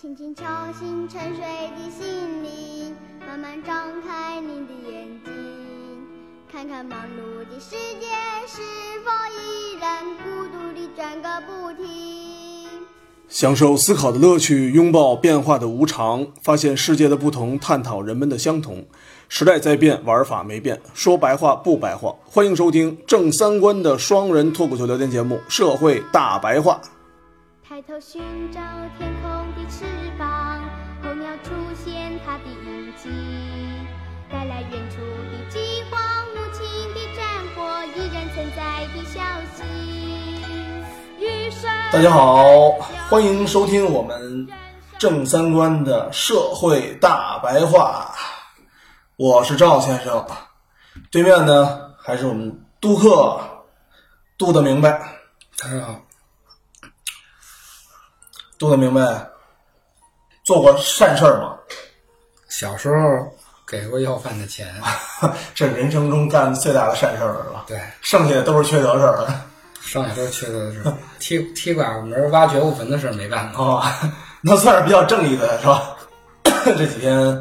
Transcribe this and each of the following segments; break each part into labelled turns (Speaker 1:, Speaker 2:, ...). Speaker 1: 轻轻敲醒沉睡的心灵，慢慢张开你的眼睛，看看忙碌的世界是否依然孤独地转个不停。
Speaker 2: 享受思考的乐趣，拥抱变化的无常，发现世界的不同，探讨人们的相同。时代在变，玩法没变，说白话不白话。欢迎收听正三观的双人脱口秀聊天节目《社会大白话》。
Speaker 1: 抬头寻找天空的翅膀，候鸟出现它的影迹，带来远处的饥荒，无情的战火，依然存在的消息。雨声
Speaker 2: 大家好，欢迎收听我们正三观的社会大白话，我是赵先生，对面呢还是我们杜克，杜的明白，
Speaker 3: 大家好，
Speaker 2: 杜的明白，做过善事儿吗？
Speaker 3: 小时候给过要饭 的钱，
Speaker 2: 这是人生中干最大的善事儿了是吧？
Speaker 3: 对，
Speaker 2: 剩下的都是缺德事儿了。
Speaker 3: 剩下都是缺德的事儿， 踢踢拐门、挖掘物坟的事儿没干过。
Speaker 2: 哦，那算是比较正义的是吧？ 这几天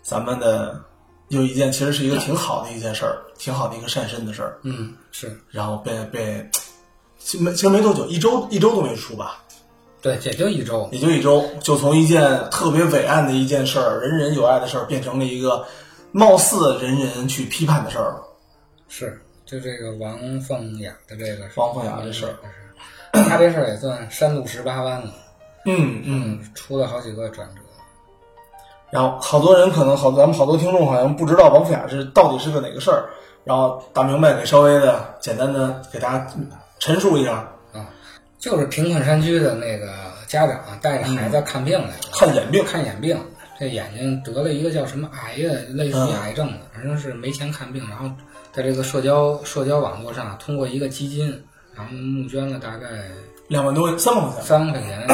Speaker 2: 咱们的有一件其实是一个挺好的一件事儿，挺好的一个善身的事儿，
Speaker 3: 嗯，是
Speaker 2: 然后被被其实没其实没多久，一周一周都没出吧，
Speaker 3: 对，也就一周。
Speaker 2: 也就一周，就从一件特别伟岸的一件事儿，人人有爱的事儿，变成了一个貌似人人去批判的事儿了。
Speaker 3: 是，就这个王凤雅的这个事儿
Speaker 2: 王凤雅这事儿，
Speaker 3: 他这事儿也算山路十八弯了，
Speaker 2: 嗯嗯，
Speaker 3: 出了好几个转折。
Speaker 2: 然后好多人可能好，咱们好多听众好像不知道王菲雅是到底是个哪个事儿，然后大明白给稍微的简单的给大家陈述一下，
Speaker 3: 就是贫困山区的那个家长啊带着孩子
Speaker 2: 嗯
Speaker 3: 看病来了，
Speaker 2: 看眼病，
Speaker 3: 看眼病，这眼睛得了一个叫什么癌的，类似于癌症的，反正是没钱看病，然后在这个社交社交网络上通过一个基金，然后募捐了大概
Speaker 2: 两万多三万块钱，
Speaker 3: 三万块钱，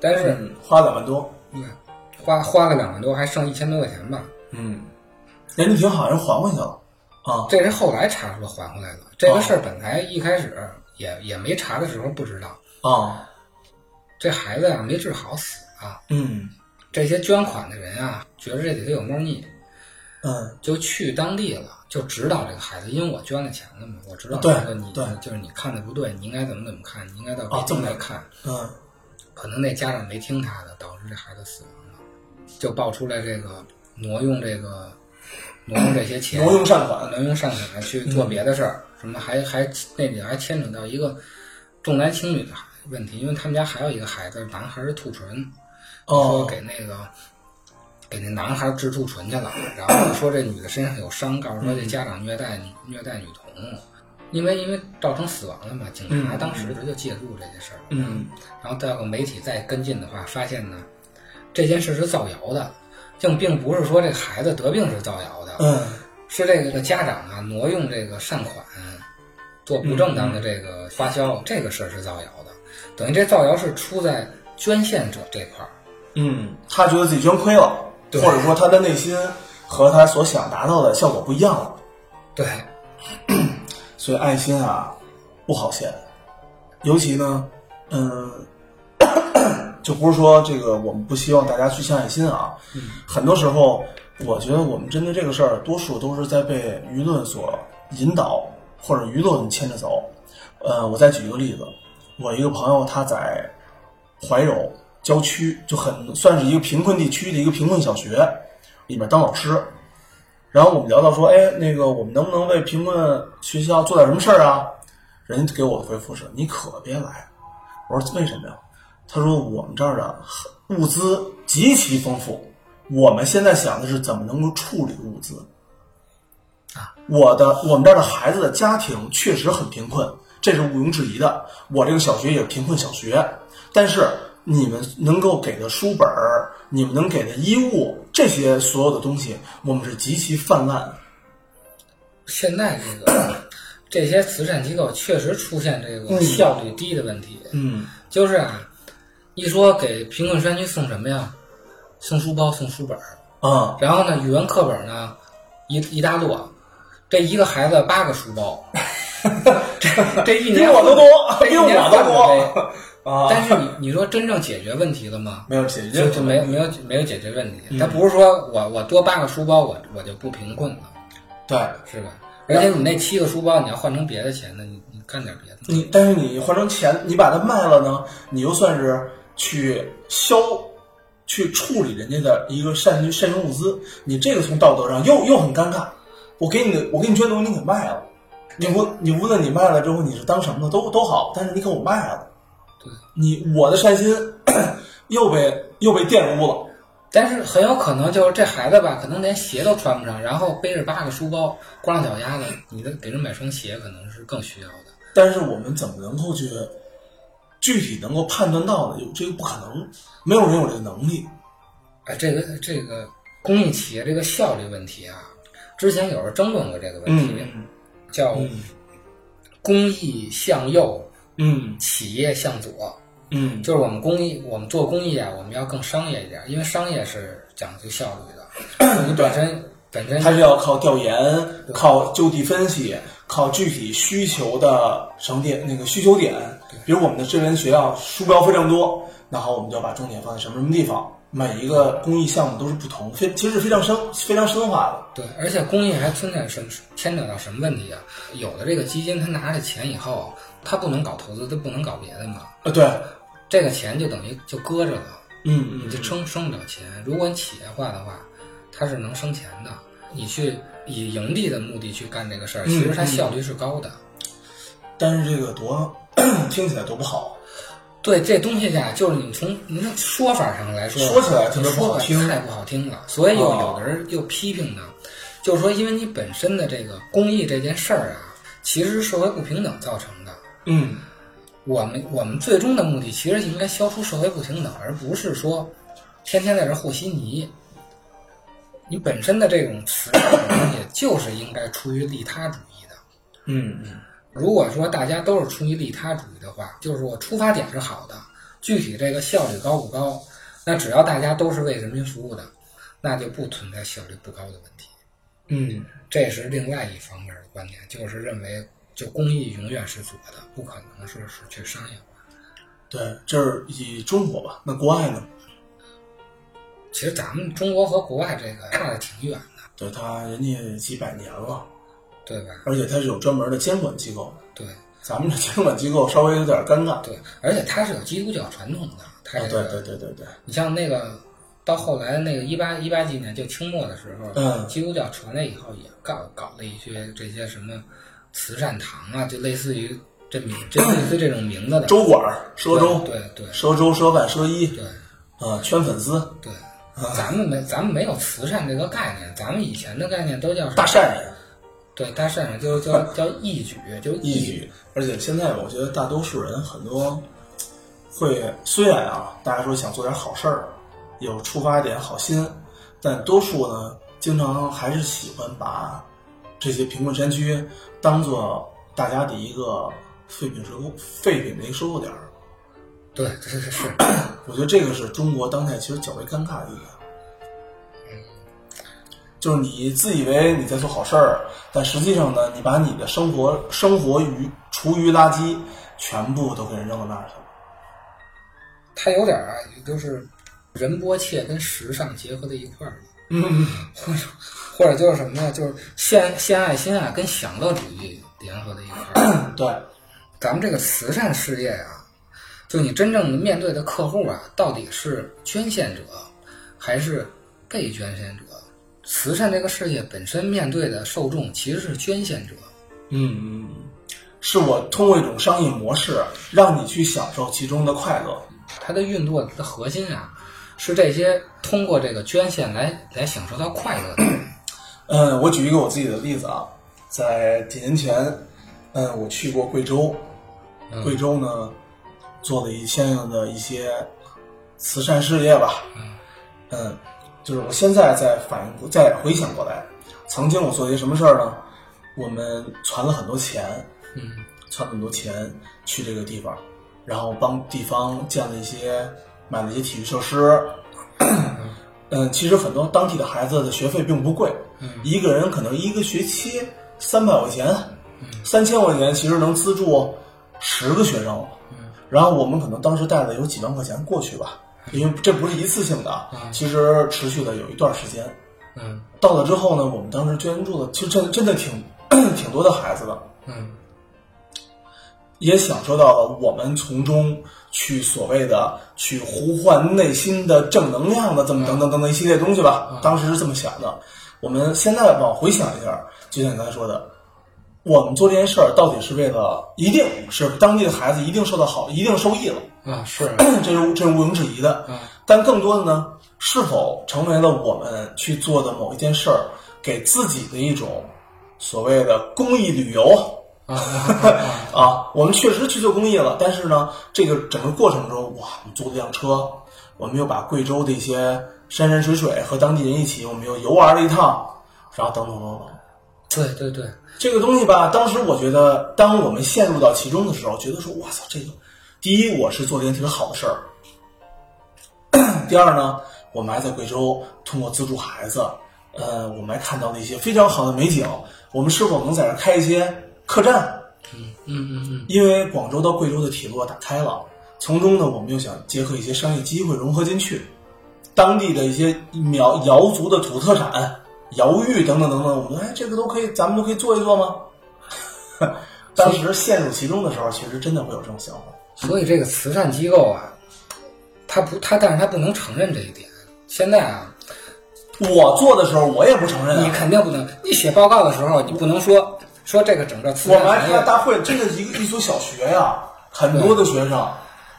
Speaker 3: 但是
Speaker 2: 嗯，花两万多，
Speaker 3: 花花了两万多，还剩一千多块钱吧。
Speaker 2: 嗯，人家挺好，人还回去了啊，
Speaker 3: 这是后来查出来还回来的，这个事儿本来一开始也也没查的时候不知道，
Speaker 2: 啊，
Speaker 3: 这孩子呀、没治好死啊，
Speaker 2: 嗯
Speaker 3: 这些捐款的人啊觉得这里头有猫腻，
Speaker 2: 嗯，
Speaker 3: 就去当地了，就指导这个孩子，因为我捐了钱了嘛，我知道
Speaker 2: 对
Speaker 3: 说你
Speaker 2: 对
Speaker 3: 就是你看的不对，你应该怎么怎么看，你应该到
Speaker 2: 哦
Speaker 3: 北
Speaker 2: 这么
Speaker 3: 京来看，
Speaker 2: 嗯
Speaker 3: 可能那家长没听他的，导致这孩子死亡了，就爆出来这个挪用这个挪用这些钱，
Speaker 2: 挪用嗯善款，
Speaker 3: 挪用善款去做别的事儿，什么还还那里还牵扯到一个重男轻女的问题，因为他们家还有一个孩子，男孩是兔唇，说
Speaker 2: 哦，
Speaker 3: 给那个给那男孩治兔唇去了，然后说这女的身上有伤，告诉说
Speaker 2: 嗯
Speaker 3: 这家长虐待女虐待女童，因为因为造成死亡了嘛，警察
Speaker 2: 嗯
Speaker 3: 当时就介入这件事儿了，
Speaker 2: 嗯，
Speaker 3: 然后再有媒体再跟进的话，发现呢这件事是造谣的，并并不是说这个孩子得病是造谣的，
Speaker 2: 嗯
Speaker 3: 是这个家长啊挪用这个善款，做不正当
Speaker 2: 嗯
Speaker 3: 的这个花销，这个事儿是造谣的。等于这造谣是出在捐献者这块儿，
Speaker 2: 嗯，他觉得自己捐亏了，或
Speaker 3: 对
Speaker 2: 者说他的内心和他所想达到的效果不一样了，
Speaker 3: 对，
Speaker 2: 所以爱心啊不好献，尤其呢，嗯， 就不是说这个我们不希望大家去献爱心啊，很多时候我觉得我们针对这个事儿，多数都是在被舆论所引导或者舆论牵着走。呃，我再举一个例子，我一个朋友他在怀柔郊区，就很算是一个贫困地区的一个贫困小学里面当老师，然后我们聊到说，哎，那个我们能不能为贫困学校做点什么事儿啊？人家给我的回复是：你可别来。我说为什么呀？他说我们这儿的物资极其丰富，我们现在想的是怎么能够处理物资。
Speaker 3: 啊，
Speaker 2: 我的我们这儿的孩子的家庭确实很贫困，这是毋庸置疑的。我这个小学也是贫困小学，但是你们能够给的书本儿，你们能给的衣物，这些所有的东西，我们是极其泛滥的。
Speaker 3: 现在这个这些慈善机构确实出现这个
Speaker 2: 嗯
Speaker 3: 效率低的问题，
Speaker 2: 嗯
Speaker 3: 就是啊，一说给贫困山区送什么呀？送书包，送书本儿，
Speaker 2: 啊
Speaker 3: 然后呢，语文课本呢一一大摞，这一个孩 子八个书包，这这一年
Speaker 2: 比我都多
Speaker 3: 这一
Speaker 2: 比我
Speaker 3: 年
Speaker 2: 都多
Speaker 3: 换着背
Speaker 2: 啊，
Speaker 3: 但是你你说真正解决问题了吗？
Speaker 2: 没有解决嗯
Speaker 3: 就
Speaker 2: 任
Speaker 3: 就
Speaker 2: 何
Speaker 3: 没有
Speaker 2: 问题
Speaker 3: 没有没有解决问题。他不是说我我多八个书包我我就不贫困了，
Speaker 2: 对
Speaker 3: 是吧？而且你那七个书包你要换成别的钱呢，你你干点别的。
Speaker 2: 你，但是你换成钱，你把它卖了呢，你又算是去消。去处理人家的一个善于善用物资，你这个从道德上又又很尴尬。我给你，我给你捐东西，你给卖了，你无你无论你卖了之后你是当什么的都都好，但是你给我卖了，
Speaker 3: 对，
Speaker 2: 你我的善心 又被又被玷污了。
Speaker 3: 但是很有可能就是这孩子吧，可能连鞋都穿不上，然后背着八个书包，光着脚丫子，你的给人买双鞋可能是更需要的。
Speaker 2: 但是我们怎么能够去具体能够判断到呢？有这个不可能，没有人有这个能力。
Speaker 3: 啊，这个这个公益企业这个效率问题啊，之前有人争论过这个问题，叫
Speaker 2: 嗯
Speaker 3: 公益向右，
Speaker 2: 嗯
Speaker 3: 企业向左。
Speaker 2: 嗯
Speaker 3: 就是我们公益，我们做公益啊，我们要更商业一点，因为商业是讲究效率的。你本身本身
Speaker 2: 它是要靠调研、靠就地分析、靠具体需求的什么点那个需求点。比如我们的志愿学校书标非常多，然后我们就要把重点放在什么什么地方。每一个公益项目都是不同，非其实是非常深、非常深化的。
Speaker 3: 对，而且公益还存在什么牵扯到什么问题啊？有的这个基金他拿着钱以后，他不能搞投资，他不能搞别的嘛，
Speaker 2: 啊，对，
Speaker 3: 这个钱就等于就搁着了。
Speaker 2: 嗯
Speaker 3: 你
Speaker 2: 嗯
Speaker 3: 就生生不了钱。如果你企业化的话，它是能生钱的。你去以盈利的目的去干这个事儿，
Speaker 2: 嗯
Speaker 3: 其实它效率是高的。
Speaker 2: 但是这个多听起来多不好，
Speaker 3: 对这东西呀，就是你从你这说法上来说，
Speaker 2: 说起来特别不好听
Speaker 3: 说法太不好听了。所以有
Speaker 2: 哦
Speaker 3: 有的人又批评呢，就是说，因为你本身的这个公益这件事儿啊，其实是社会不平等造成的。
Speaker 2: 嗯，
Speaker 3: 我们我们最终的目的其实应该消除社会不平等，而不是说天天在这和稀泥。你本身的这种慈善的东西，就是应该出于利他主义的。
Speaker 2: 嗯嗯，
Speaker 3: 如果说大家都是出于利他主义的话，就是我出发点是好的，具体这个效率高不高，那只要大家都是为人民服务的，那就不存在效率不高的问题。
Speaker 2: 嗯，
Speaker 3: 这是另外一方面的观点，就是认为就公益永远是左的，不可能是是去商业化。
Speaker 2: 对，这是以中国吧，那国外呢？
Speaker 3: 其实咱们中国和国外这个差的挺远的，
Speaker 2: 对，它人家几百年了，
Speaker 3: 对吧？
Speaker 2: 而且它是有专门的监管机构，
Speaker 3: 对
Speaker 2: 咱们这监管机构稍微有点尴尬。
Speaker 3: 对，而且它是有基督教传统的，它
Speaker 2: 啊，对
Speaker 3: 这个，
Speaker 2: 对对对对，
Speaker 3: 你像那个到后来那个一八一八几年就清末的时候，
Speaker 2: 嗯
Speaker 3: 基督教传来以后也搞搞了一些这些什么慈善堂啊，就类似于这名这类似这种名字的
Speaker 2: 州管儿、赊州、
Speaker 3: 对对对
Speaker 2: 赊州、赊饭、赊医
Speaker 3: 对
Speaker 2: 啊，圈粉丝、
Speaker 3: 对，
Speaker 2: 啊
Speaker 3: 咱们没咱们没有慈善这个概念，咱们以前的概念都叫什么
Speaker 2: 大善人、
Speaker 3: 对大善人就叫叫义举，就
Speaker 2: 义
Speaker 3: 举
Speaker 2: 举。而且现在我觉得大多数人很多会，虽然啊，大家说想做点好事儿，有出发点好心，但多数呢，经常还是喜欢把这些贫困山区当做大家的一个废品收购废品的一个收购点儿。
Speaker 3: 对对对是。
Speaker 2: 我觉得这个是中国当代其实较为尴尬的一点，就是你自以为你在做好事儿，但实际上呢，你把你的生活生活余厨余垃圾全部都给人扔到那儿去了。
Speaker 3: 它有点儿啊，就是仁波切跟时尚结合在一块儿了，
Speaker 2: 嗯，
Speaker 3: 或者或者就是什么呢？就是献献爱心啊，跟享乐主义联合在一块儿。
Speaker 2: 对，
Speaker 3: 咱们这个慈善事业啊，就你真正面对的客户啊，到底是捐献者还是被捐献者？慈善这个事业本身面对的受众其实是捐献者，
Speaker 2: 嗯，是我通过一种商业模式让你去享受其中的快乐。
Speaker 3: 它的运作的核心啊，是这些通过这个捐献来来享受到快乐的人。
Speaker 2: 嗯，我举一个我自己的例子啊，在几年前，嗯，我去过贵州，
Speaker 3: 嗯
Speaker 2: 贵州呢做了一相应的一些慈善事业吧，嗯，就是我现在在反应过，再回想过来，曾经我做了一些什么事儿呢？我们攒了很多钱，
Speaker 3: 嗯。
Speaker 2: 攒了很多钱去这个地方，然后帮地方建了一些，买了一些体育设施。嗯，其实很多当地的孩子的学费并不贵，一个人可能一个学期三百块钱，三千块钱其实能资助十个学生了。然后我们可能当时带了有几万块钱过去吧，因为这不是一次性的啊，其实持续的有一段时间。
Speaker 3: 嗯
Speaker 2: 到了之后呢，我们当时捐助了，其实真真的挺 挺多的孩子的，
Speaker 3: 嗯
Speaker 2: 也享受到了我们从中去所谓的去呼唤内心的正能量的这么等等等等一系列东西吧。当时是这么想的。我们现在往回想一下，就像你刚才说的，我们做这件事儿到底是为了，一定是当地的孩子一定受到好，一定受益了，
Speaker 3: 啊是
Speaker 2: 这是这是毋庸置疑的。
Speaker 3: 啊
Speaker 2: 但更多的呢，是否成为了我们去做的某一件事儿，给自己的一种所谓的公益旅游？
Speaker 3: 啊啊
Speaker 2: 啊，我们确实去做公益了，但是呢，这个整个过程中，哇，我们租了辆车，我们又把贵州的一些山山水水和当地人一起，我们又游玩了一趟，然后等等等等。
Speaker 3: 对对对，
Speaker 2: 这个东西吧，当时我觉得，当我们陷入到其中的时候，觉得说，哇操，这个，第一，我是做了一件特别好的事儿； 第二呢，我们还在贵州通过资助孩子，呃，我们还看到了一些非常好的美景。我们是否能在这儿开一些客栈？
Speaker 3: 嗯嗯嗯
Speaker 2: 因为广州到贵州的铁路打开了，从中呢，我们又想结合一些商业机会融合进去，当地的一些苗瑶族的土特产、瑶玉等等等等，我们哎，这个都可以，咱们都可以做一做吗？ 当时陷入其中的时候，其实真的会有这种想法。
Speaker 3: 所以这个慈善机构啊，他不他，但是他不能承认这一点。现在啊，
Speaker 2: 我做的时候，我也不承认、
Speaker 3: 你
Speaker 2: 啊。
Speaker 3: 肯定不能，你写报告的时候，你不能说说这个整个慈
Speaker 2: 我
Speaker 3: 善
Speaker 2: 们还
Speaker 3: 行
Speaker 2: 开了
Speaker 3: 业，
Speaker 2: 大会，真的一个一所小学呀、很多的学生。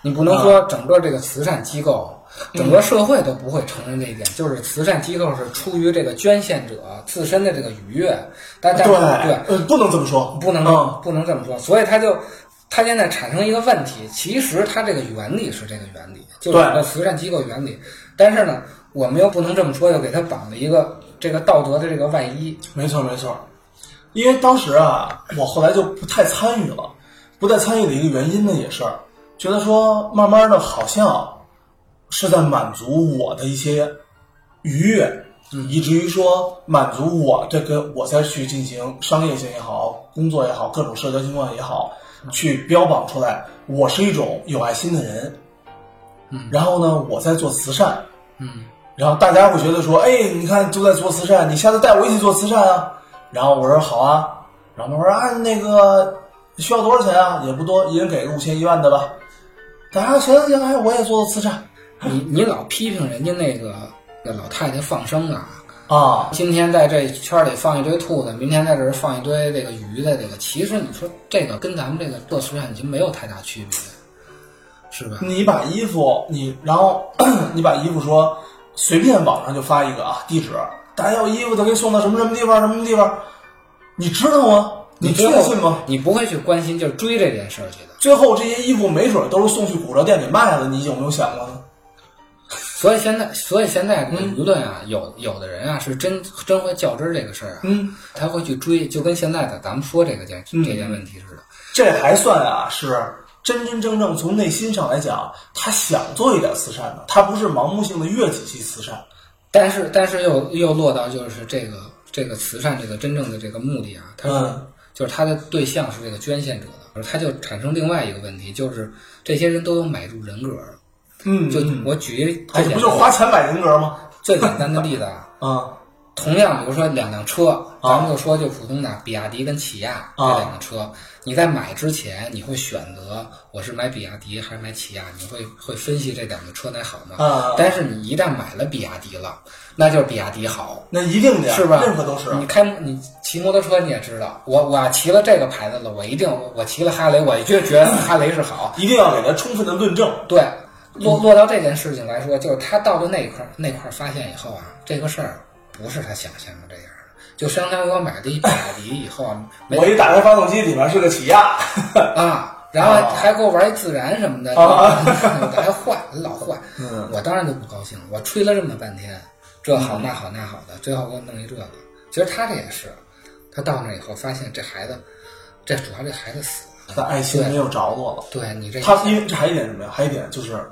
Speaker 3: 你不能
Speaker 2: 啊
Speaker 3: 说整个这个慈善机构。
Speaker 2: 嗯
Speaker 3: 整个社会都不会承认这一点，就是慈善机构是出于这个捐献者自身的这个愉悦，大家
Speaker 2: 对，
Speaker 3: 对
Speaker 2: 呃，不能这么说，
Speaker 3: 不能、
Speaker 2: 嗯
Speaker 3: 不能这么说，所以他就他现在产生一个问题，其实他这个原理是这个原理，就是
Speaker 2: 对
Speaker 3: 整个慈善机构原理，但是呢，我们又不能这么说，又给他绑了一个这个道德的这个外衣。
Speaker 2: 没错没错，因为当时啊，我后来就不太参与了，不太参与的一个原因呢，也是觉得说，慢慢的好像是在满足我的一些愉悦，以至于说满足我这个我再去进行商业性也好，工作也好，各种社交情况也好，去标榜出来，我是一种有爱心的人。
Speaker 3: 嗯
Speaker 2: 然后呢，我在做慈善，
Speaker 3: 嗯
Speaker 2: 然后大家会觉得说，哎，你看都在做慈善，你下次带我一起做慈善啊。然后我说好啊，然后他说啊，那个需要多少钱啊？也不多，一人给个五千一万的吧。大家行行行，哎，我也做慈善
Speaker 3: 你你老批评人家那个那老太太放生啊，
Speaker 2: 啊，
Speaker 3: 今天在这圈里放一堆兔子，明天在这儿放一堆这个鱼的这个，其实你说这个跟咱们这个做慈善已经没有太大区别，是吧？
Speaker 2: 你把衣服你，然后 你把衣服说随便网上就发一个啊地址，大家要衣服都给送到什么什么地方什么地方，你知道吗？你
Speaker 3: 最
Speaker 2: 确
Speaker 3: 后
Speaker 2: 信吗？？
Speaker 3: 你不会去关心，就是追这件事儿去的。
Speaker 2: 最后这些衣服没准都是送去古着店给卖了，你有没有想过呢？
Speaker 3: 所以现在，所以现在
Speaker 2: 嗯
Speaker 3: 这个舆论啊，有有的人啊是真真会较真儿这个事儿啊，
Speaker 2: 嗯，
Speaker 3: 他会去追，就跟现在的咱们说这个件这件问题似的。
Speaker 2: 这还算啊，是真真正正从内心上来讲，他想做一点慈善的，他不是盲目性的越级去慈善。
Speaker 3: 但是，但是又又落到就是这个这个慈善这个真正的这个目的啊，它是、
Speaker 2: 嗯
Speaker 3: 就是它的对象是这个捐献者的，而它就产生另外一个问题，就是这些人都有买入人格儿。
Speaker 2: 嗯
Speaker 3: 就我举一
Speaker 2: 哎，
Speaker 3: 最
Speaker 2: 这不
Speaker 3: 简
Speaker 2: 就
Speaker 3: 单
Speaker 2: 花钱买人格吗？
Speaker 3: 最简单的例子啊，
Speaker 2: 啊，
Speaker 3: 同样，比如说两辆车，咱们就说就普通的比亚迪跟起亚这
Speaker 2: 啊
Speaker 3: 两个车，你在买之前你会选择我是买比亚迪还是买起亚，你会会分析这两个车哪好吗
Speaker 2: 啊？
Speaker 3: 但是你一旦买了比亚迪了，那就是比亚迪好。
Speaker 2: 那一定的呀，
Speaker 3: 是吧？
Speaker 2: 啊
Speaker 3: 嗯
Speaker 2: 任何都是。
Speaker 3: 你开你骑摩托车你也知道，我我骑了这个牌子了，我一定我骑了哈雷，我就觉得哈雷是好。
Speaker 2: 一定要给他充分的论证，
Speaker 3: 对，
Speaker 2: 嗯
Speaker 3: 落落到这件事情来说，就是他到了那块儿那块儿发现以后啊，这个事儿不是他想象的这样的，就相当于我买了一比亚迪以后啊，没
Speaker 2: 我一打开发动机，里面是个起亚，
Speaker 3: 啊，然后
Speaker 2: 啊
Speaker 3: 还给我玩一自燃什么的，
Speaker 2: 啊
Speaker 3: 还坏老坏，
Speaker 2: 嗯
Speaker 3: 我当然就不高兴了，我吹了这么半天，这好那好那好的，最后给我弄一这个，其实他这也是，他到那儿以后发现这孩子，这主要这孩子死了，
Speaker 2: 但爱心没有着落了。
Speaker 3: 对你这
Speaker 2: 他因为这还有一点什么呀？还有一点就是，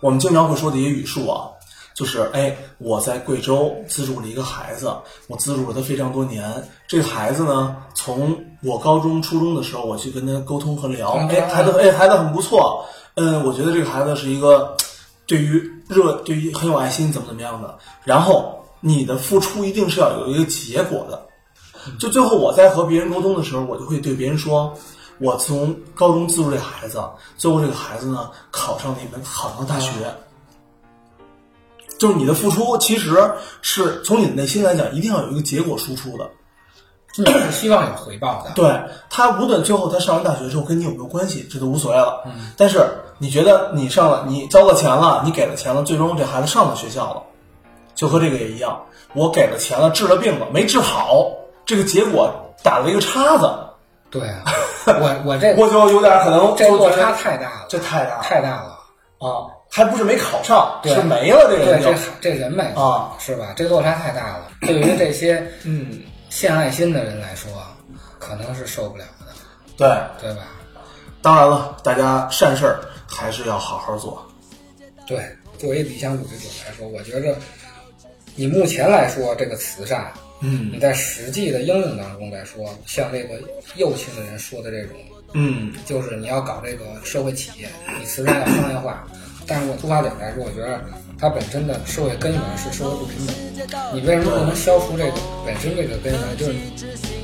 Speaker 2: 我们经常会说的一些语术啊，就是哎，我在贵州资助了一个孩子，我资助了他非常多年。这个孩子呢，从我高中、初中的时候，我去跟他沟通和聊，
Speaker 3: 嗯
Speaker 2: 哎，孩子，哎，孩子很不错，嗯，我觉得这个孩子是一个对于热、对于很有爱心，怎么怎么样的。然后你的付出一定是要有一个结果的，就最后我在和别人沟通的时候，我就会对别人说，我从高中资助这孩子，最后这个孩子呢考上了一本考上大学。就是你的付出，其实是从你的内心来讲，一定要有一个结果输出的。
Speaker 3: 你是希望有回报的。
Speaker 2: 对他，无论最后他上完大学之后跟你有没有关系，这都无所谓了。
Speaker 3: 嗯
Speaker 2: 但是你觉得你上了，你交了钱了，你给了钱了，最终这孩子上了学校了，就和这个也一样，我给了钱了，治了病了，没治好，这个结果打了一个叉子，
Speaker 3: 对啊，我 我这
Speaker 2: 我就有点可能
Speaker 3: 这
Speaker 2: 就
Speaker 3: 落
Speaker 2: 觉
Speaker 3: 差
Speaker 2: 得
Speaker 3: 太大了，
Speaker 2: 这太大了
Speaker 3: 太大了。
Speaker 2: 啊，还不是没考上，
Speaker 3: 对
Speaker 2: 是没了这个
Speaker 3: 对，
Speaker 2: 人
Speaker 3: 这
Speaker 2: 就
Speaker 3: 这人没了
Speaker 2: 啊，
Speaker 3: 是吧？这落差太大了。对于这些
Speaker 2: 嗯，
Speaker 3: 献爱心的人来说，啊可能是受不了的，
Speaker 2: 对，
Speaker 3: 对吧？
Speaker 2: 当然了，大家善事儿还是要好好做，
Speaker 3: 对，作为理想主义者来说，我觉着你目前来说这个慈善，
Speaker 2: 嗯
Speaker 3: 你在实际的应用当中来说，像这个右倾的人说的这种，
Speaker 2: 嗯，
Speaker 3: 就是你要搞这个社会企业，你慈善要商业化。但是我出发点来说，我觉得它本身的社会根源是社会不平等。你为什么不能消除这个本身这个根源？就是你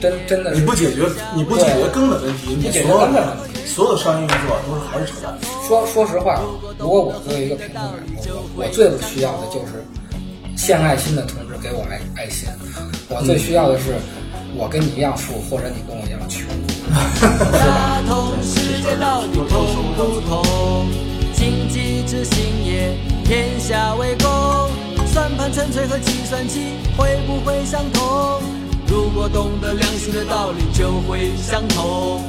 Speaker 3: 真真的
Speaker 2: 你
Speaker 3: 是
Speaker 2: 不解决，你不解决根本问题，你
Speaker 3: 不解决
Speaker 2: 所有
Speaker 3: 根本问题
Speaker 2: 所有的商业运作都是还是扯淡。
Speaker 3: 说说实话，如果我作为一个平凡人，我我最不需要的就是献爱心的同志给我爱爱心，我最需要的是我跟你一样富，或者你跟我一样穷。
Speaker 4: 大同世界到底同不同？经济之行也，天下为公。算盘纯粹和计算器会不会相同？如果懂得良心的道理，就会相同。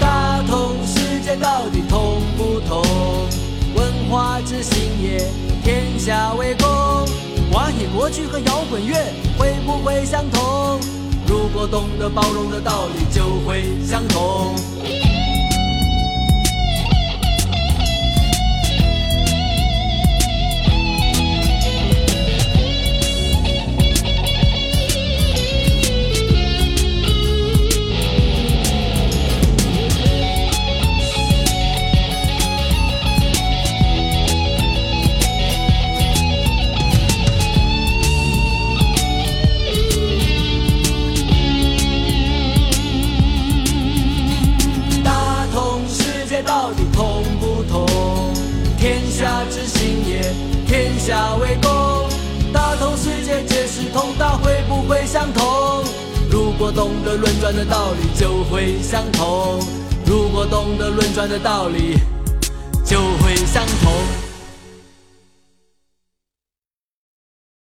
Speaker 4: 大同世界到底同不同？文化之行也，天下为公。华语国剧和摇滚乐会不会相同？如果懂得包容的道理，就会相同。大同世界到底同不同？天下之行也，天下为公。大同世界皆是同，但会不会相同？如果懂得轮转的道理，就会相同；如果懂得轮转的道理，就会相同。